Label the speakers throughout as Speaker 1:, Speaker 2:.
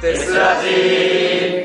Speaker 1: テスラジー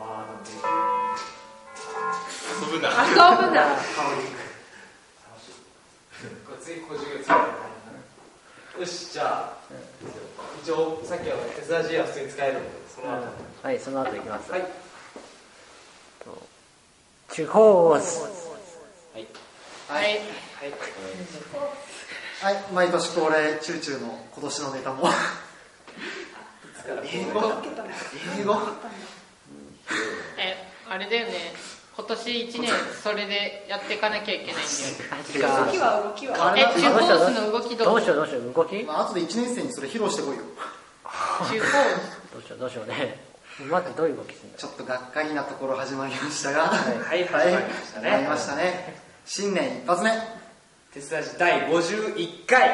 Speaker 1: あーなんで遊ぶな
Speaker 2: 遊ぶな。
Speaker 1: これ次個人が使うよしじゃあ一応さっきはテスラ G は普通に使えるのでその後
Speaker 3: い、その後行きます。
Speaker 1: はい。
Speaker 3: 地方す。
Speaker 2: はい。
Speaker 4: はい、毎年恒例、チューチューの今年のネタも。英語英語
Speaker 2: え、あれだよね。今年一年それでやっていかなきゃいけないんだよ。
Speaker 3: 時間
Speaker 5: 動きは動きは
Speaker 4: あれ
Speaker 2: え、
Speaker 4: だ
Speaker 2: 中
Speaker 3: どうし
Speaker 2: 高
Speaker 3: よう
Speaker 2: スの動き
Speaker 3: ど
Speaker 2: ど
Speaker 3: う
Speaker 2: う
Speaker 3: しようどうしよう動き
Speaker 4: まあ後で1年生にそれ披露してこいよ。
Speaker 2: 中高
Speaker 3: どうしようどうしようね。待ってどういう動きするんだ
Speaker 4: ちょっとがっかりなところ始まりましたが。
Speaker 3: はい
Speaker 1: はい始まりましたね
Speaker 4: 始まりましたね新年一発目。
Speaker 1: テスラ G 第51回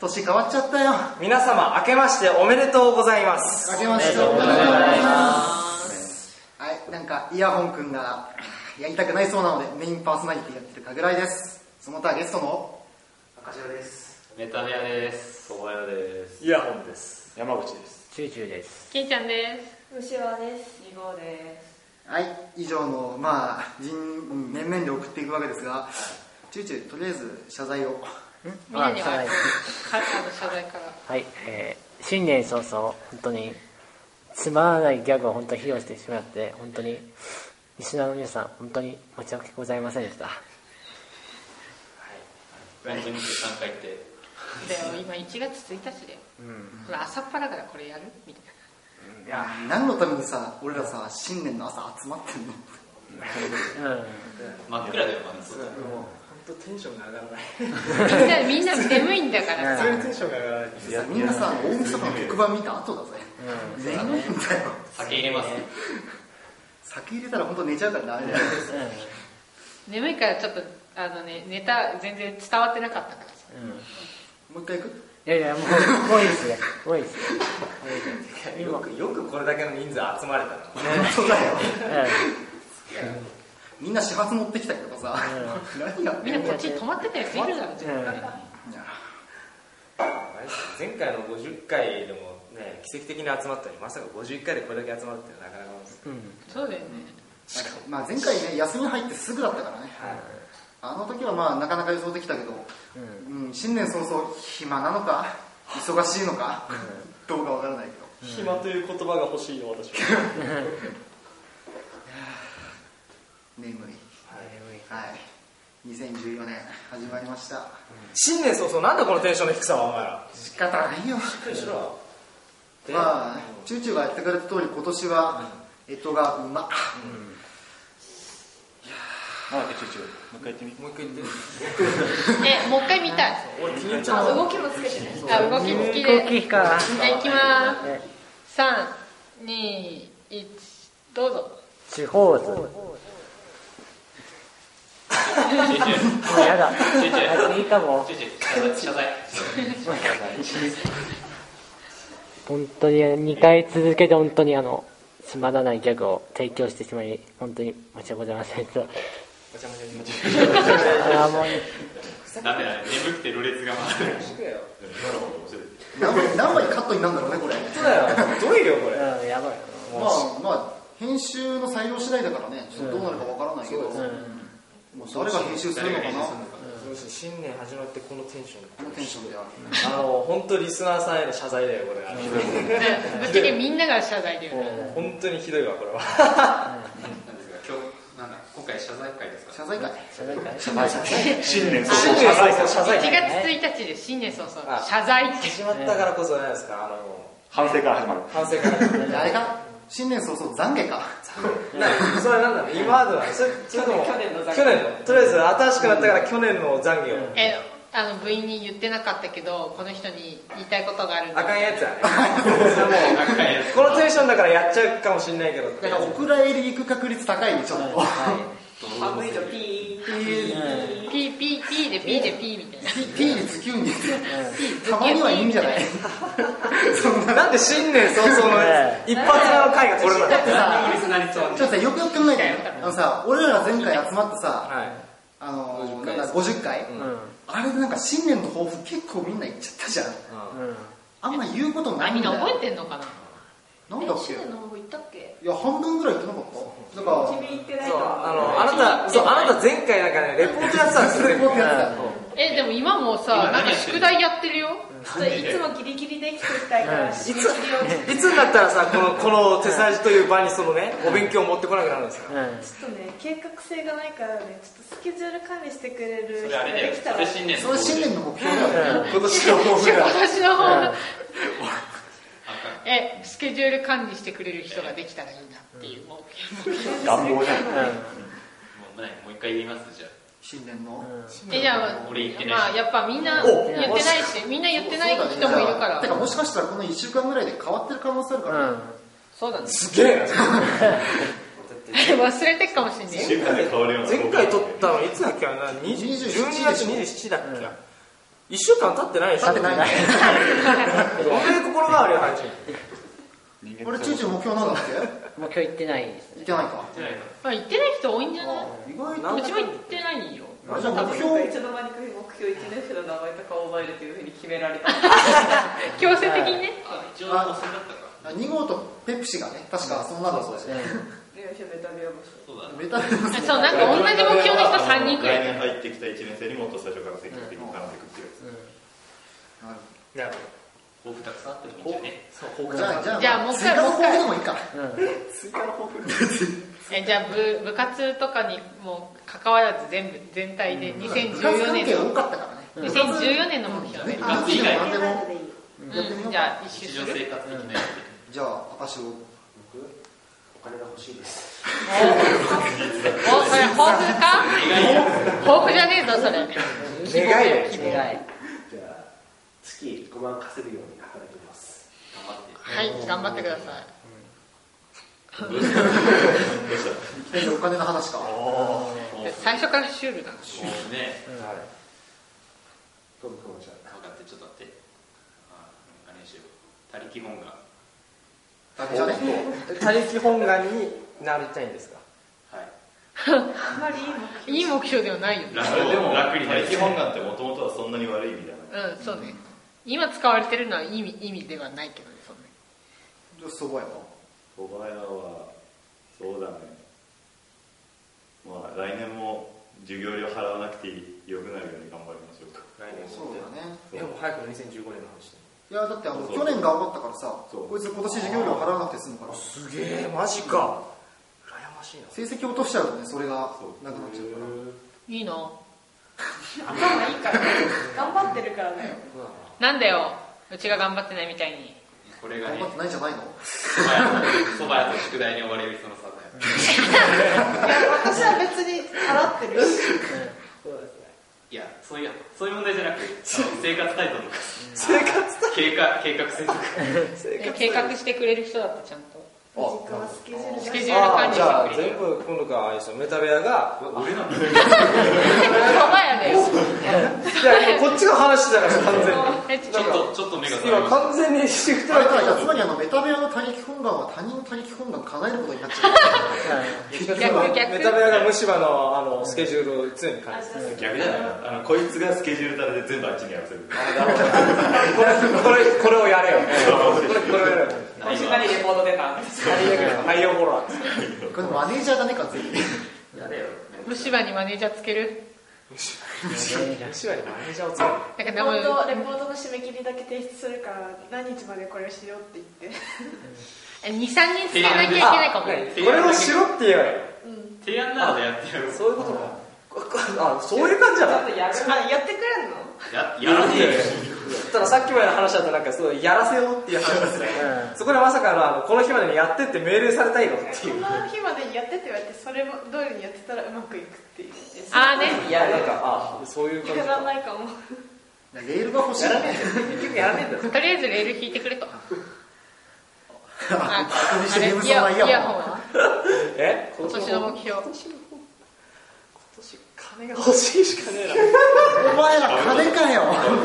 Speaker 4: 年変わっちゃったよ。
Speaker 1: 皆様明けましておめでとうございます
Speaker 4: 明けましておめでとうございます。はい、なんか、イヤホンくんがやりたくないそうなので、メインパーソナリティやってるかぐらいです。その他ゲストの、赤潮です。
Speaker 6: メタネアです。ソバヤです。
Speaker 1: イヤホンです山口です
Speaker 3: チューチューです。
Speaker 2: けいちゃんです。
Speaker 5: 虫歯です二号です
Speaker 4: はい、以上の、まあ、人、面々で送っていくわけですが、ちゅうちゅう、とりあえず謝罪を。
Speaker 2: みんなには、
Speaker 3: あ
Speaker 2: か
Speaker 3: 謝
Speaker 2: あ
Speaker 3: 罪
Speaker 2: の謝罪から。
Speaker 3: はい、えー、新年早々、本当に、つまらないギャグを本当に披露してしまって、本当に、リスナーの皆さん、本当に申し訳ございませんでした。
Speaker 6: 本当に3回って。
Speaker 2: でも今1月1日だよ。ほら朝っぱらからこれやるみたい
Speaker 4: 何のためにさ、俺らさ、新年の朝集まってんの
Speaker 3: う
Speaker 6: 真っ暗だよ、まだ外。
Speaker 2: な。みんなみんな眠いんだからさ。
Speaker 4: さみんなさ、大晦日の特番見た後だぜ。全員だよ。
Speaker 6: 酒入れます。
Speaker 4: 酒入れたら本当寝ちゃうからダメだよ。
Speaker 3: ん、うん。
Speaker 2: 眠いからちょっとあのねネタ全然伝わってなかったからさ
Speaker 4: もう一回行く
Speaker 3: いやいや、もう、もういいっすね。もういいっすね。
Speaker 1: よくよくこれだけの人数集まれたな
Speaker 4: そうだよ。
Speaker 3: う
Speaker 4: みんな始発持ってきたけどさ、何やっ
Speaker 2: み
Speaker 4: て
Speaker 2: ん
Speaker 4: ん
Speaker 2: な
Speaker 4: の
Speaker 2: こっちに止まってたやついるだろ絶
Speaker 3: ん。う
Speaker 2: 対
Speaker 3: ん。
Speaker 1: 前回の50回でもね奇跡的に集まったのにまさか51回でこれだけ集まるってなかなか
Speaker 3: うん。
Speaker 2: そうだよね
Speaker 4: まあ前回ね、休み入ってすぐだったからね。あの時はまあなかなか予想できたけど、うん新年早々暇なのか、忙しいのか、どうかわからないけど。
Speaker 1: 暇という言葉が欲しいよ私は
Speaker 4: 眠い。はい。2014年始まりました。
Speaker 1: 新年早々なんだこのテンションの低さはお前ら
Speaker 4: 仕方ないよ。
Speaker 1: びっくりしろで
Speaker 4: まあ、チューチューがやってくれた通り今年は、えっとがうま。
Speaker 1: もう一回言って
Speaker 2: えもう一回見たい
Speaker 1: 俺気に入っちゃ
Speaker 5: あ
Speaker 1: う
Speaker 5: 動きもつけてね
Speaker 2: あ動き付き
Speaker 3: 空
Speaker 2: で
Speaker 3: 気か。
Speaker 2: じゃあいきま
Speaker 3: ね
Speaker 2: す321どうぞ
Speaker 3: 地方図。もうやだ。
Speaker 6: ちょいちょい
Speaker 3: あいいかも
Speaker 6: ちょ。いちょい謝罪。
Speaker 3: 本当に2回続けて本当にあの、つまらないギャグを提供してしまい、本当に申し訳ございませんでした。あーもういい
Speaker 6: ダメだね、眠くてろれつが回る。なるほど、面白
Speaker 4: 何枚
Speaker 6: い。
Speaker 4: 何枚カットになるんだろうね、これ。
Speaker 1: どういうよこれ
Speaker 3: うん、やばい。
Speaker 4: まあまあ編集の採用次第だからねちょっとどうなるかわからないけど、
Speaker 3: うん。
Speaker 4: もう誰が編集するのかな
Speaker 1: 新年始まってこのテンショ
Speaker 4: このテンションでは
Speaker 1: ンあの本当リスナーさんへの謝罪だよこれは
Speaker 2: ぶっちゃけみんなが謝罪だよね
Speaker 1: 本当にひどいわこれは
Speaker 6: なんですか、今日、なんだ、今回謝罪会ですか
Speaker 4: 謝罪会
Speaker 3: 謝罪会
Speaker 4: 謝罪会
Speaker 1: 新年早々謝罪
Speaker 2: 1月1日で新年早々
Speaker 1: あ
Speaker 2: 謝罪って
Speaker 1: 始まったからこそじゃないですかあの
Speaker 7: 反省から始まる
Speaker 1: 反省会
Speaker 4: であれか新年早々懺悔か
Speaker 1: なそれなんだろう今まではそ れそれとも去年の去年のとりあえず新しくなったから去年の懺悔を
Speaker 2: えあの部員に言ってなかったけどこの人に言いたいことがあるん
Speaker 1: あ
Speaker 2: だ
Speaker 1: かんやつやねそれはも
Speaker 6: 赤いや
Speaker 1: うこのテンションだからやっち ゃうかもしんないけど
Speaker 4: だからお蔵入り行く確率高いねちょっと
Speaker 6: つ。
Speaker 5: 半分以上ピー
Speaker 2: ピーピーピーでピーでピーみたいな
Speaker 4: T にズキュンにたまにはいいんじゃない そんな
Speaker 1: なんで新年早 々の一発目の回がこれなの
Speaker 4: だってさ
Speaker 1: イギリスなりそう
Speaker 4: ちょっとさよくよく考えてねあのさ俺らが前回集まってさ
Speaker 1: はい
Speaker 4: あの
Speaker 1: 50
Speaker 4: な
Speaker 1: 回
Speaker 4: んだ50回あれでなんか新年の抱負結構みんな言っちゃったじゃん
Speaker 1: うん
Speaker 3: うん
Speaker 4: あんま言うことな
Speaker 2: あ
Speaker 4: い
Speaker 2: みん
Speaker 4: だ
Speaker 2: な
Speaker 4: よ
Speaker 2: 覚えてんのかな
Speaker 4: なんだっけ
Speaker 5: 新年の方行ったっけ
Speaker 4: いや半分ぐらい言ってなかっただから
Speaker 5: 君行ってない
Speaker 1: そう
Speaker 5: と
Speaker 1: あ
Speaker 5: 思う
Speaker 1: のあなたそうあなた前回なんかねレポートやってたんですよ
Speaker 4: レポートやって
Speaker 2: えでも今もうさなんか宿題やってるよ
Speaker 5: ちょっといつもギリギリできてきたいから締め切りを
Speaker 1: うんいつになったらさこのこの手さじという場にそのねお勉強を持ってこなくなるんですか
Speaker 3: うん
Speaker 5: ちょっとね計画性がないからねちょっとスケジュール管理してくれる
Speaker 6: そ
Speaker 5: 人
Speaker 6: れあ
Speaker 5: が
Speaker 6: れだ
Speaker 5: で
Speaker 6: よ
Speaker 5: きた
Speaker 6: そ
Speaker 5: ら
Speaker 6: れ新年
Speaker 4: それ新年
Speaker 6: の
Speaker 4: の目標だよね
Speaker 1: 今年の抱負が
Speaker 2: 私の方が
Speaker 6: 赤
Speaker 2: えスケジュール管理してくれる人ができたらいいなっていうもう
Speaker 8: 願望じゃん
Speaker 6: もうないもう一回言いますじゃ
Speaker 4: 新年の
Speaker 2: えじゃあ
Speaker 6: 俺言ってない
Speaker 2: まあやっぱみんな言
Speaker 1: お
Speaker 2: ってないしみんな言ってない人もいるか
Speaker 4: てからもしかしたらこの1週間ぐらいで変わってる可能性あるから、
Speaker 3: うん
Speaker 2: そうだね
Speaker 1: すげえな
Speaker 2: 忘れてるかもしんない
Speaker 6: 週間で変わるような
Speaker 1: 前回撮ったのいつだっけあれな20 12月27だっけ、一1週間経ってないでしょ
Speaker 4: 立てないんだよ
Speaker 1: どんぐらい心変わりを感じる
Speaker 8: 人間
Speaker 4: 俺チューチュー目標なんだっけ行
Speaker 3: もう今日行ってないです
Speaker 4: ってないか
Speaker 6: じゃないか
Speaker 2: まあ言ってない人多いんじゃない
Speaker 4: 意外
Speaker 1: な
Speaker 4: と
Speaker 1: ん
Speaker 2: う
Speaker 1: だ
Speaker 2: ちも言ってないよ
Speaker 4: あじゃあ目標
Speaker 5: いつの間にか目標1年生の名前と顔を覚えるというふうに決められた
Speaker 2: 強制的にね
Speaker 6: あ一応お世話になったか
Speaker 4: 2号とペプシがね確かそんなのそうですね
Speaker 5: よいしょメタルやばし
Speaker 6: そうだね
Speaker 4: メタルの
Speaker 2: そうなんか同じ目標の人3人くら
Speaker 8: 来
Speaker 2: い
Speaker 8: 年入ってきた1年生にもっと最初から積極的に絡んでいくっていう
Speaker 1: なる
Speaker 6: 抱負たくさんあってもいいんじゃね
Speaker 1: ほど
Speaker 4: じゃあじゃあ
Speaker 2: じゃあもう一回
Speaker 4: 追加の
Speaker 2: もう一回
Speaker 4: 抱負でもいいか
Speaker 2: えじゃあ部部活とかにも関わらず全部全体で
Speaker 4: 部活
Speaker 2: 2014
Speaker 4: 関
Speaker 2: 年
Speaker 4: 係
Speaker 2: の
Speaker 4: 多かったからね
Speaker 2: 2014年の目標ね
Speaker 4: 部活以外でも
Speaker 5: でいい
Speaker 4: やってみよ
Speaker 2: うん
Speaker 4: う
Speaker 2: じ
Speaker 4: か
Speaker 2: ゃあ一周
Speaker 6: 日
Speaker 2: す
Speaker 6: 常生活
Speaker 2: る
Speaker 6: 的なやつ
Speaker 4: じゃあ私を
Speaker 2: おそれ豊富か豊富じゃねえぞそれ
Speaker 1: 願いだよ
Speaker 2: 希望はい
Speaker 7: じゃあ月5万稼ぐように働きます
Speaker 2: 頑
Speaker 6: 頑
Speaker 2: 張ってください
Speaker 6: 張ってどうしたどうし
Speaker 4: えお金の話か
Speaker 6: たもうも
Speaker 2: 最初からシュールだな
Speaker 6: うね
Speaker 7: はいトム君はじゃあ
Speaker 6: 分かってちょっと待ってああれにしよう他力本願
Speaker 4: だけじゃね
Speaker 1: 他力本願になりたいんですか
Speaker 6: はい
Speaker 5: あんまりいい
Speaker 2: いい目標ではないよね
Speaker 6: 楽
Speaker 8: でも
Speaker 6: 楽になり
Speaker 8: 基本願ってもともとはそんなに悪い意味じゃない
Speaker 2: うんそうね今使われてるのは意味意味ではないけどねそうね
Speaker 4: じゃあそば屋は
Speaker 8: 小林はそうだねまあ来年も授業料払わなくてよくなるように頑張りましょうか
Speaker 1: 来
Speaker 4: そうだね
Speaker 1: でも早くも2015年の話
Speaker 4: いやだってあの
Speaker 8: そうそう
Speaker 4: 去年頑張ったからさ
Speaker 8: そう
Speaker 4: こいつ今年授業料払わなくて済むから
Speaker 1: すげえマジか羨ましいな
Speaker 4: 成績落としちゃうとねそれが
Speaker 8: そう
Speaker 4: なくなっちゃうから
Speaker 2: いいない
Speaker 5: 頭いいからね頑張ってるからだよ
Speaker 2: なんだようちが頑張ってないみたいに
Speaker 6: これが
Speaker 4: 頑
Speaker 6: ね
Speaker 4: 張ってないんじゃないの
Speaker 6: そば屋とそば屋と宿題に追われる人の差だよ
Speaker 5: いや私は別に払 ってるし
Speaker 6: いやそういうそういう問題じゃなくあの生活態度とか生活計画計画性とか
Speaker 2: え計画してくれる人だったちゃんと
Speaker 5: 実家はスケジュール
Speaker 2: スケジュ
Speaker 1: あ
Speaker 2: ール管
Speaker 1: ー
Speaker 2: 理
Speaker 1: じゃあ
Speaker 2: してくれる
Speaker 1: 全部今度からあれですよメタ部屋が
Speaker 6: 俺なんだ
Speaker 2: そばやで
Speaker 1: いや今こっちが話してたから完全に
Speaker 2: え
Speaker 6: ちょっとちょっと目が覚め
Speaker 1: 今
Speaker 6: ました
Speaker 1: 完全にシフトが
Speaker 4: だからつまりあのメタ部屋の他力本願は他人の他力本願叶えることになっちゃう
Speaker 2: 逆逆
Speaker 1: メタ部屋が虫歯のあのスケジュールを常に管
Speaker 5: あ
Speaker 1: 理
Speaker 5: じ
Speaker 1: す
Speaker 5: ゃあ
Speaker 8: 逆じゃないなあのこいつがスケジュール立てて全部あっちにやらせる
Speaker 1: るこれこれこれをやれよこれこれをやれよ
Speaker 5: 今週何レポート出た
Speaker 1: 内容フォロワー
Speaker 4: これマネージャーだね完全に
Speaker 6: やれよ
Speaker 2: 虫歯にマネージャーつける
Speaker 1: 虫歯にマネージャーをつける
Speaker 2: なんか名
Speaker 5: レポ
Speaker 2: 前
Speaker 5: ートレポートの締め切りだけ提出するから何日までこれをしようって言って
Speaker 2: え23人つけなきゃいけないかも
Speaker 1: あこれをしろって言えばいい
Speaker 6: 提案ならやってやる
Speaker 1: そういうことかあそういう感じだった
Speaker 5: やるあやってくれんの
Speaker 6: ややらねえよ
Speaker 1: たださっきまでの話だとなんかそうやらせようっていう話ですねそこでまさかのあのこの日までにやってって命令されたいのって
Speaker 5: そ
Speaker 1: いう
Speaker 5: の日までにやってって言われてそれも通りにやってたらうまくいくっていう
Speaker 2: ああね
Speaker 1: いやなんかあそういう感じ
Speaker 5: やらないかも
Speaker 4: レールが欲しいね
Speaker 1: 結局やらねえんだよ
Speaker 2: とりあえずレール引いてくれとあ
Speaker 4: 確認し
Speaker 2: あ
Speaker 4: て
Speaker 2: れ
Speaker 4: 眠
Speaker 2: イ
Speaker 4: そう
Speaker 2: ヤ
Speaker 4: なイ
Speaker 2: イヤ
Speaker 4: ヤ
Speaker 2: ホン
Speaker 4: ホン
Speaker 2: は
Speaker 1: え今
Speaker 2: 今年の目標
Speaker 1: 今年か
Speaker 5: 金が欲しいしかねえな
Speaker 4: お前ら金かよ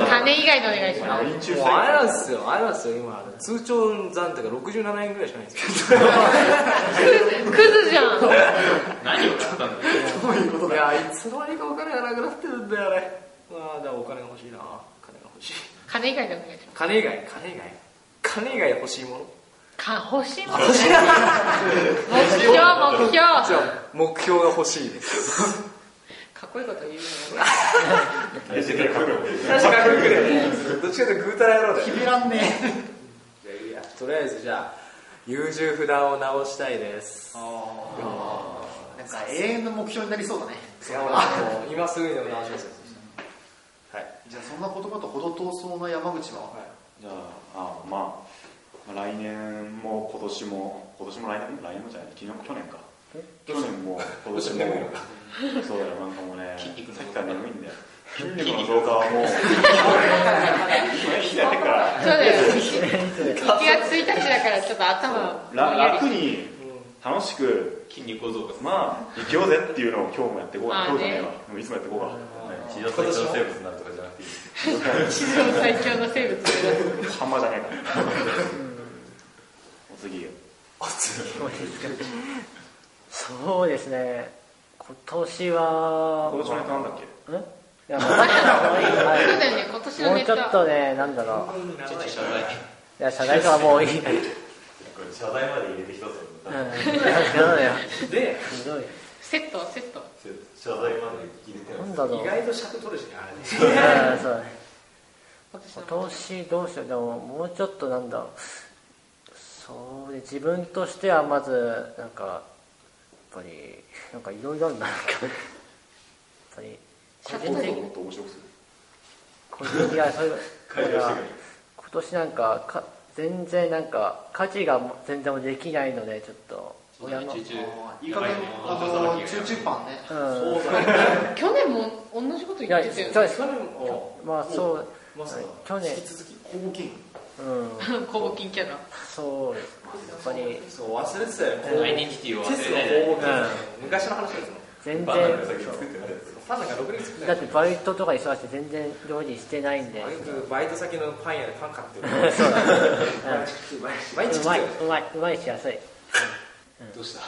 Speaker 2: 金以外でお願いします。
Speaker 8: 臨中
Speaker 1: もうあれなんですよ、あれなんですよ、今、通帳残高67円ぐらいしかないんです
Speaker 2: クズじゃん。
Speaker 6: 何を買ったんだろう
Speaker 4: どういうこと
Speaker 1: よ。い
Speaker 4: だよ
Speaker 1: や、いつの間にかお金がなくなってるんだよ、あれ。ああ、でもお金が欲しいな。金が欲しい。
Speaker 2: 金以外でお願いします。
Speaker 1: 金以外、金以外。金以外欲しいもの。
Speaker 2: か、欲しいもの。目標、目標。
Speaker 1: じゃあ、目標が欲しいです。
Speaker 2: かっこいいこと言うね。
Speaker 8: やってくる
Speaker 1: 確かに、どっちかというとぐうたらやろうだ
Speaker 4: ひ
Speaker 1: よ。
Speaker 4: びらんね
Speaker 1: とりあえず、じゃあ、優柔不断を直したいです。
Speaker 4: えなんか永遠の目標になりそうだね
Speaker 1: いや、もう今すぐにでも直しますよ。
Speaker 4: じゃあそんな言葉と程遠そうな山口は
Speaker 8: じゃああまあまあ来年も今年も今年も来年も来年もじゃない昨日も去年か去年も今年もそうだよなんかもうね
Speaker 6: 筋肉の
Speaker 8: さっきから眠いんだよ筋肉の増加はもう
Speaker 2: そう
Speaker 8: だから
Speaker 2: だよ。1月1日だからちょっと頭ぼんやり
Speaker 8: 楽に楽しく
Speaker 6: 筋肉を増加する
Speaker 8: まあ生きようぜっていうのを今日もやっていこう
Speaker 2: まあ
Speaker 8: か
Speaker 2: ね
Speaker 8: 今日じゃねえわもういつもやっていこうか
Speaker 6: 地上最強生物になるとかじゃなくていい
Speaker 2: 史上最強の生物
Speaker 8: ハンマーじゃねえかお次
Speaker 3: そうですね今年は
Speaker 8: 今年のネタなんだっけ
Speaker 3: んいやまあはい
Speaker 2: そうだよね今年の
Speaker 3: もう
Speaker 2: ネ
Speaker 3: ち
Speaker 2: タ
Speaker 3: ょっとねなんだろう
Speaker 6: ちょっと謝
Speaker 3: い
Speaker 6: 罪
Speaker 3: や謝罪とはもうい い、うん、
Speaker 8: これ謝罪まで入れてきたぞ
Speaker 3: やだよ
Speaker 7: で
Speaker 3: ひどい
Speaker 2: セットセット
Speaker 8: 謝罪まで入れて
Speaker 3: なんだろう
Speaker 7: 意外と尺取るしねあれね
Speaker 3: うんそうだね
Speaker 2: 今年
Speaker 3: 今
Speaker 2: の
Speaker 3: 年どうしようでももうちょっとなんだそうね自分としてはまずなんかやっぱりなんかいろいろあるななんかやっぱり個人的
Speaker 8: もっと面白くする
Speaker 3: 個人的なそういう
Speaker 8: 会話してくれ
Speaker 3: 今年なんかか全然なんか家事がも全然できないのでちょっと親の
Speaker 6: 集中
Speaker 4: あーいい加減あのチューチューパンね
Speaker 3: うん
Speaker 2: 去年も同じこと
Speaker 3: いや
Speaker 2: 言ってたよね
Speaker 3: そうです
Speaker 7: それも
Speaker 3: まあそう
Speaker 7: まさか
Speaker 3: 去年
Speaker 4: 引き続き貢献
Speaker 3: うん
Speaker 2: 公金キャラ
Speaker 3: そうですやっぱり
Speaker 7: そう忘れてたよね
Speaker 6: アイデンティティを
Speaker 7: テ
Speaker 6: 忘
Speaker 7: ストの
Speaker 6: れない
Speaker 7: 応募
Speaker 3: 忘れない
Speaker 7: 金昔の話ですもん
Speaker 3: 全然
Speaker 8: バナナが先に作ってないやつ
Speaker 7: パンなんかろくに作ってな
Speaker 3: だ
Speaker 7: い
Speaker 3: ってバイトとか忙しくて全然料理してないんで
Speaker 7: あげくバイト先のパン屋でパン買ってる毎日食ってる
Speaker 3: うまいうまいうまいし安い
Speaker 7: どうした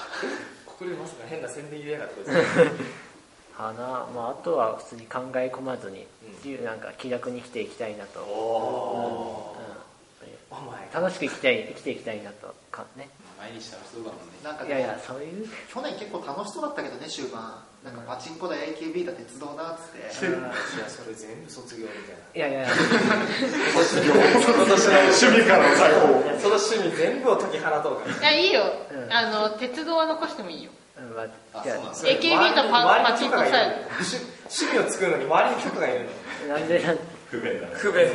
Speaker 7: ここでまさか変な宣伝入れやがって
Speaker 3: かな、まあ、あとは普通に考え込まずに自由なんか気楽に生きていきたいなと、うん
Speaker 7: お前
Speaker 3: 楽しく生きたい生きていきたいなとかね
Speaker 6: 毎日楽しそうだもんね
Speaker 4: なんか
Speaker 3: いやい
Speaker 4: ね
Speaker 3: やそういう
Speaker 4: 去年結構楽しそうだったけどね終盤なんかパチンコだ AKB だ鉄道だっつっ
Speaker 7: い
Speaker 4: て
Speaker 7: やそれ全部卒業みたいない
Speaker 3: やいやいや
Speaker 8: 趣味からの最高
Speaker 7: その趣味全部を解き放とうか
Speaker 2: いやいいよ
Speaker 3: うん
Speaker 2: あの鉄道は残してもいいよ
Speaker 3: うんまあ
Speaker 6: あ
Speaker 3: じゃ
Speaker 6: そうなんです
Speaker 7: ら
Speaker 2: AKB とパ
Speaker 7: 周りに
Speaker 2: パチンコさえ
Speaker 7: 趣趣味を作るのに周りに許可がいるの
Speaker 3: あなんでなん
Speaker 8: 不便だな
Speaker 7: 不便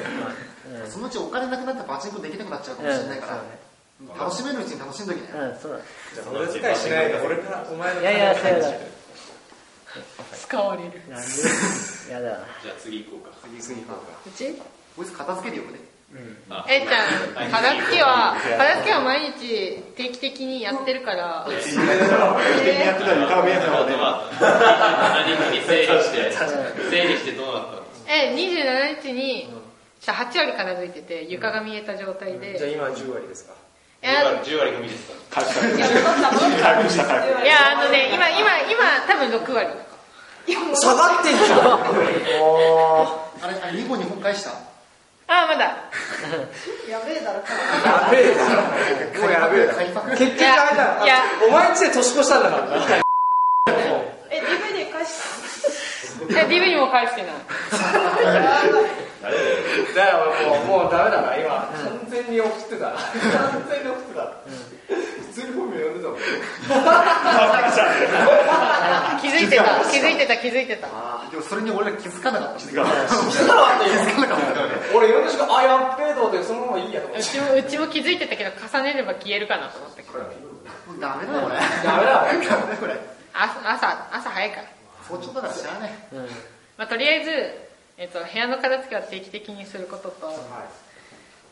Speaker 4: そのうちお金なくなったらパチンコできなくなっちゃうかもしれないから、楽しめるうちに楽しんどきね、
Speaker 3: うんそうだ
Speaker 7: その使いしないで俺がお前の
Speaker 3: いやいやそう
Speaker 7: 金
Speaker 3: や
Speaker 7: に
Speaker 3: だ
Speaker 2: 使われる
Speaker 3: なんでやだ
Speaker 6: じゃあ次行こうか
Speaker 7: 次行こうか
Speaker 2: うち
Speaker 4: こいつ片付けるよね
Speaker 6: あ
Speaker 2: えーちゃん片付けは片付けは毎日定期的にやってるから
Speaker 8: やってたら痛めや
Speaker 6: そんなことはあった何気に整理して整理してどうなったの
Speaker 2: え27日にじゃあ8割片付いてて床が見えた状態
Speaker 7: じゃあ
Speaker 2: で
Speaker 7: 今10割ですか
Speaker 2: いや
Speaker 6: 10割10割が見てた
Speaker 8: 回復した回復した回復
Speaker 2: いやあのね今今今多分6割
Speaker 7: 下がってん じゃん
Speaker 4: あれあれ2号に本返した
Speaker 2: ああまだ
Speaker 5: やべえだろ
Speaker 7: やべえだろもうやべえだろ
Speaker 4: 開拓
Speaker 7: 結局あれだよ
Speaker 2: いや
Speaker 7: あお前んちで年越したんだからな
Speaker 5: え DVD 返し
Speaker 2: いや DV も返してない
Speaker 7: だからもうもうダメだな今完全に送ってた完全に送ってた普通に本名呼んでたもん
Speaker 2: 気づいてた気づいてた気づいてた
Speaker 4: でもそれに俺ら気づかなかった気づ
Speaker 8: かな
Speaker 4: かなかったからね
Speaker 7: 俺呼んでしかあやっべえと思ってそのままいいやと思っ
Speaker 2: う
Speaker 7: て
Speaker 2: ちもうちも気づいてたけど重ねれば消えるかなと思ったけど
Speaker 4: もうダメだよこれ
Speaker 7: ダメだ
Speaker 4: ダメだこれ
Speaker 2: 朝朝朝早いから、
Speaker 4: 早朝だから知らない
Speaker 2: まあ、とりあえず、えっと部屋の片付けは定期的にすることと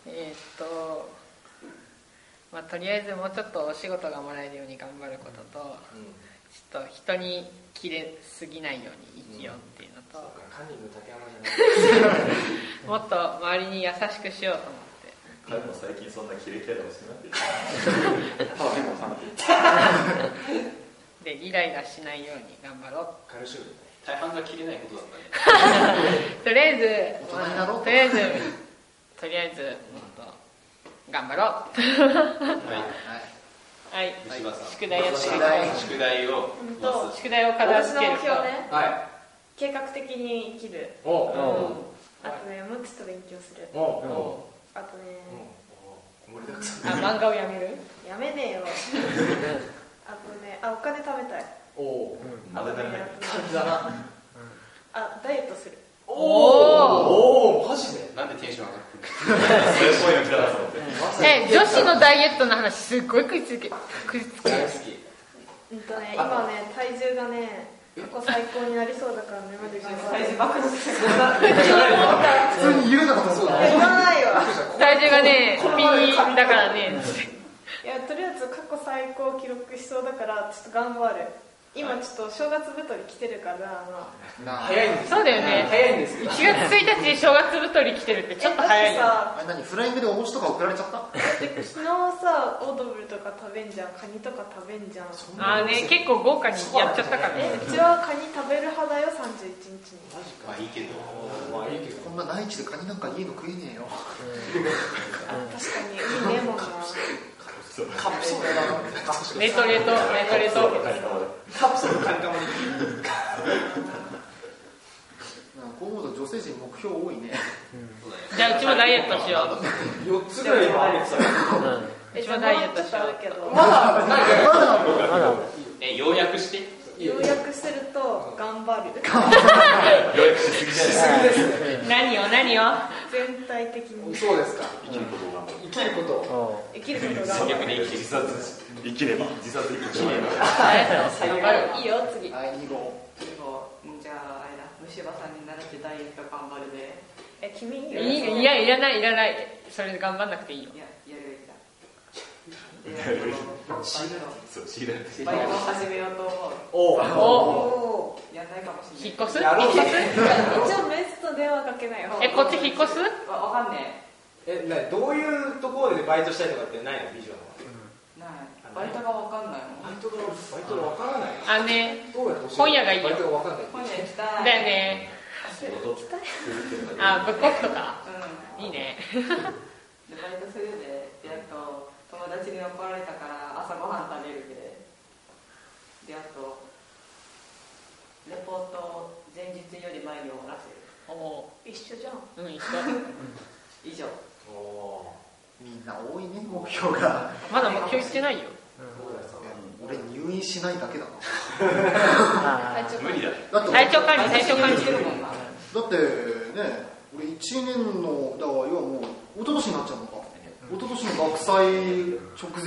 Speaker 2: えっとまあとりあえずもうちょっとお仕事がもらえるように頑張ることと、ちょっと人に切れすぎないように生きようっていうの
Speaker 7: そ
Speaker 2: と、
Speaker 7: うかカンニング竹山じ
Speaker 2: もっと周りに優しくしようと
Speaker 9: 彼
Speaker 2: 思って
Speaker 9: も最近そんなキレキャラをしなくて
Speaker 8: ただ変なさなくて
Speaker 2: でイライラしないように頑張
Speaker 7: ゃ
Speaker 2: ろう
Speaker 7: ないカルシウムね
Speaker 6: 大半が切れないことだったね
Speaker 2: とりあえず
Speaker 4: 大人になろうと
Speaker 2: とりあえずとりあえずもっと頑張ろうはい
Speaker 6: 三島さん
Speaker 2: 宿題やって
Speaker 4: 宿
Speaker 2: い
Speaker 4: 題
Speaker 2: こ
Speaker 6: 宿題を
Speaker 5: うん
Speaker 6: ま
Speaker 5: と
Speaker 6: ず
Speaker 2: う宿題を片
Speaker 5: 私
Speaker 2: 付
Speaker 5: の
Speaker 2: けると
Speaker 5: 目標ね
Speaker 7: は
Speaker 5: 計画的に生きる
Speaker 7: いおお
Speaker 3: うん
Speaker 5: あとねもうちょっと勉強する
Speaker 7: おお
Speaker 5: あとね
Speaker 7: おお盛りだくさん
Speaker 2: あ漫画をやめる
Speaker 5: やめねえよあとねあお金貯めたい
Speaker 7: おお
Speaker 9: まだならない
Speaker 7: 感じだな
Speaker 5: あダイエットする
Speaker 7: お
Speaker 2: お
Speaker 7: おおマジで
Speaker 6: なんでテンション上がってんの
Speaker 9: それっぽいの来たなと思って
Speaker 2: え女子のダイエットの話すっごい食いつけ食いつけ
Speaker 7: 大好き
Speaker 5: うんとね今ね体重がね過去最高になりそうだからねまで頑張体重爆発する
Speaker 4: 普通に言うなかと思った
Speaker 5: 言わないわ
Speaker 2: 体重がねピンだからね
Speaker 5: いやとりあえず過去最高を記録しそうだからちょっと頑張る今ちょっと正月太り来てるから、まあ、
Speaker 4: な
Speaker 7: 早
Speaker 4: あ
Speaker 7: いんです
Speaker 2: そうだよね
Speaker 7: 早いんですけ
Speaker 2: 1
Speaker 7: ど
Speaker 2: 月1日正月太り来てるってちょっと早い
Speaker 5: え
Speaker 2: よ
Speaker 5: だ
Speaker 4: あれ何フライングでお餅とか送られちゃった
Speaker 5: ってさで昨日さオードブルとか食べんじゃんカニとか食べんじゃん
Speaker 2: あーね結構豪華にやっちゃったからね
Speaker 5: えうちはカニ食べる派だよ31日に
Speaker 6: まあいいけど
Speaker 7: まあいいけど
Speaker 4: こんな内地でカニなんかいいの食えねえよ
Speaker 5: あ確かにいいねもんな
Speaker 7: カプセルだなカプセル
Speaker 2: レトレトレトレト
Speaker 7: カプセルカンカマに
Speaker 4: なんかこう思うと女性陣目標多いね
Speaker 2: じゃあうちもダイエットしよう
Speaker 7: 四つぐらい今あるんですよ
Speaker 5: え
Speaker 2: 一番ダイエットし
Speaker 5: じゃ
Speaker 2: よう
Speaker 5: あもうちょっとある
Speaker 7: まだなんか
Speaker 3: まだ
Speaker 6: え要約して
Speaker 5: けど要約すると頑張 る
Speaker 9: 予約しすぎじゃない
Speaker 2: 何を何を
Speaker 5: 全体的に
Speaker 7: そうですか
Speaker 8: 生きることを頑張る
Speaker 7: 生きることを
Speaker 3: お
Speaker 5: 生きることが
Speaker 6: 逆に生きてる
Speaker 9: 自殺し
Speaker 8: 生きれば
Speaker 9: 自殺できない
Speaker 2: 頑張る
Speaker 10: いいよ次
Speaker 4: はい2号
Speaker 10: じゃああれだ虫歯さんに習ってダイエット頑張るで
Speaker 5: え君いいよ
Speaker 2: いいいやいらないいらないそれ頑張んなくていいよ
Speaker 10: いややるべきだであの
Speaker 9: そう強いられて
Speaker 10: バイトを始めようと思
Speaker 7: お
Speaker 2: おお
Speaker 5: お
Speaker 10: うやんないかもしれ
Speaker 2: 引っ
Speaker 10: ない
Speaker 2: 越す
Speaker 7: やろう
Speaker 2: 引っ越
Speaker 5: ー一応メスと電話かけないよ
Speaker 2: すえこっち引っ越す
Speaker 10: わわかんね
Speaker 7: えなどういうところでバイトしたいとかってないのビジョンは
Speaker 10: えないバイトがわかんない
Speaker 7: バ
Speaker 10: もん
Speaker 7: イトがバイトがわからない
Speaker 2: あね
Speaker 7: どうやって欲しい
Speaker 2: 本屋がいいよ
Speaker 7: バイトがわかんない
Speaker 10: 今夜行きたい
Speaker 2: だよね
Speaker 9: 仕事続けるから
Speaker 2: あブックオフとか
Speaker 10: うん
Speaker 2: いいね
Speaker 10: でバイトするでであと友達に怒られたから朝ごはん食べるでであとレポートを前日より前に終わらせる
Speaker 2: おお
Speaker 5: 一緒じゃん
Speaker 2: ーうん一緒
Speaker 10: 以上
Speaker 7: おお
Speaker 4: みんな多いね目標が
Speaker 2: まだ目標言ってないよ
Speaker 4: 俺入院しないだけだな
Speaker 3: あ
Speaker 5: 体調
Speaker 9: 無理だ
Speaker 4: だ って
Speaker 2: 体調管理体調管理
Speaker 10: つけるもんな
Speaker 4: だってね俺1年のだから要はもう一昨年になっちゃうのか一昨年の学祭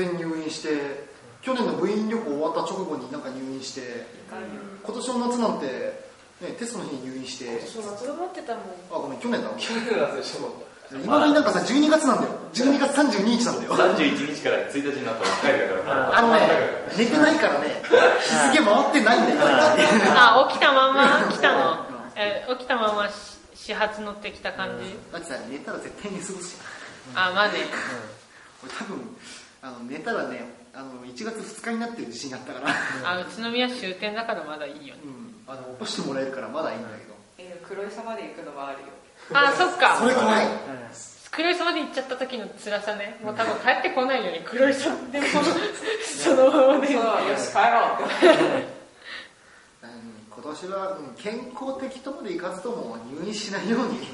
Speaker 4: 直前入院して去年の部員旅行終わった直後になんか入院して今年の夏なんて、ね、テストの日に入院して
Speaker 5: 頑張ってたも
Speaker 4: あ
Speaker 5: ん
Speaker 4: ごめん去年だ
Speaker 7: 去年の夏でしょ
Speaker 4: 今になんかさ12月なんだよ12月32日なんだよ
Speaker 9: 31日から1日になったばっかりだから
Speaker 4: あのね寝てないからね日付回ってないんだよ
Speaker 2: あ起きたまま来たのえ起きたままし始発乗ってきた感じ
Speaker 4: だってさ寝たら絶対寝過ごすじゃん
Speaker 2: あまあね
Speaker 4: 俺多分あの寝たらねあの1月2日になってる自信があったから
Speaker 2: あ宇都宮終点だからまだいいよね
Speaker 4: うん、あの起こしてもらえるからまだいいんだけど、
Speaker 10: えー黒磯まで行くのはあるよ
Speaker 2: あそっか
Speaker 4: それ怖い
Speaker 2: 黒磯まで行っちゃった時の辛さねもう多分帰ってこないよね黒磯でもそのままで
Speaker 10: そうよし帰ろ うって
Speaker 4: うん今年は、うん健康的ともでいかずとも入院しないように、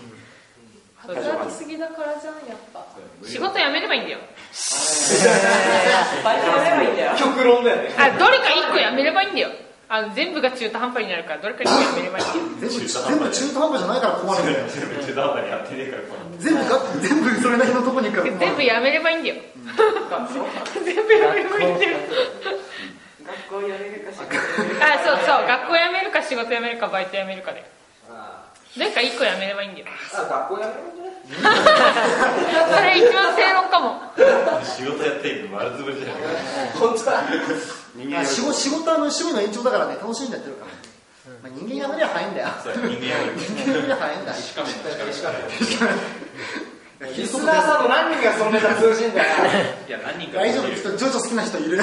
Speaker 5: 働きすぎだからじゃんやっぱ
Speaker 2: 仕事辞めればいいんだよ
Speaker 10: バイトやればいいんだよ
Speaker 7: 極論だよね
Speaker 2: あどれか1個辞めればいいんだよあの全部が中途半端になるからどれか1個辞めればいいんだよ
Speaker 4: 全部
Speaker 9: 中途半
Speaker 4: 全
Speaker 9: 端
Speaker 4: 部中途半端じゃないから困るんだよ
Speaker 9: 全部中途半端にやってねえからこの
Speaker 4: 全部が全部それなりのとこに行くから
Speaker 2: 全部辞めればいいんだよ全部辞めればいいんだよ
Speaker 10: 学校やれるか仕事やれるか
Speaker 2: あそうそう学校辞めるか仕事辞めるかバイト辞めるかで
Speaker 7: あ
Speaker 2: どれか1個辞めればいいんだよ
Speaker 7: 学校やめるんじゃない
Speaker 2: それ一番正論かも
Speaker 9: 仕事やっていくの丸つぶりじゃん
Speaker 7: 本当だ
Speaker 11: 人間やる
Speaker 4: あ仕事仕事はあの趣味の延長だからね楽しんでやってるから、まあ、人間やめりゃ早いんだよ
Speaker 6: そう人間やめりゃ
Speaker 4: 人間やめりゃ早いんだよ
Speaker 6: しか
Speaker 4: いや
Speaker 6: めしか
Speaker 1: リスナーさんの何人がそのネタ通じんだよ
Speaker 6: いや何人か
Speaker 4: 大丈夫きっとジョジョ好きな人いる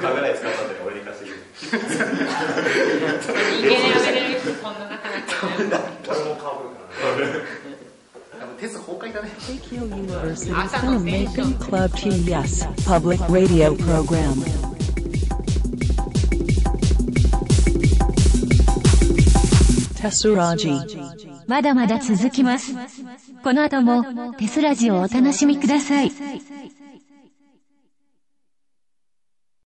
Speaker 6: カメラに使ったんで俺に貸してく
Speaker 2: 人間やめれる人こんななかなかいない
Speaker 12: 俺もかぶるからね
Speaker 4: 多分鉄崩壊だね
Speaker 13: Tokyo University Filmmaking Club TES Public Radio Program. Tessuraji.
Speaker 10: まだまだ続きます。この後もテスラジをお楽しみください。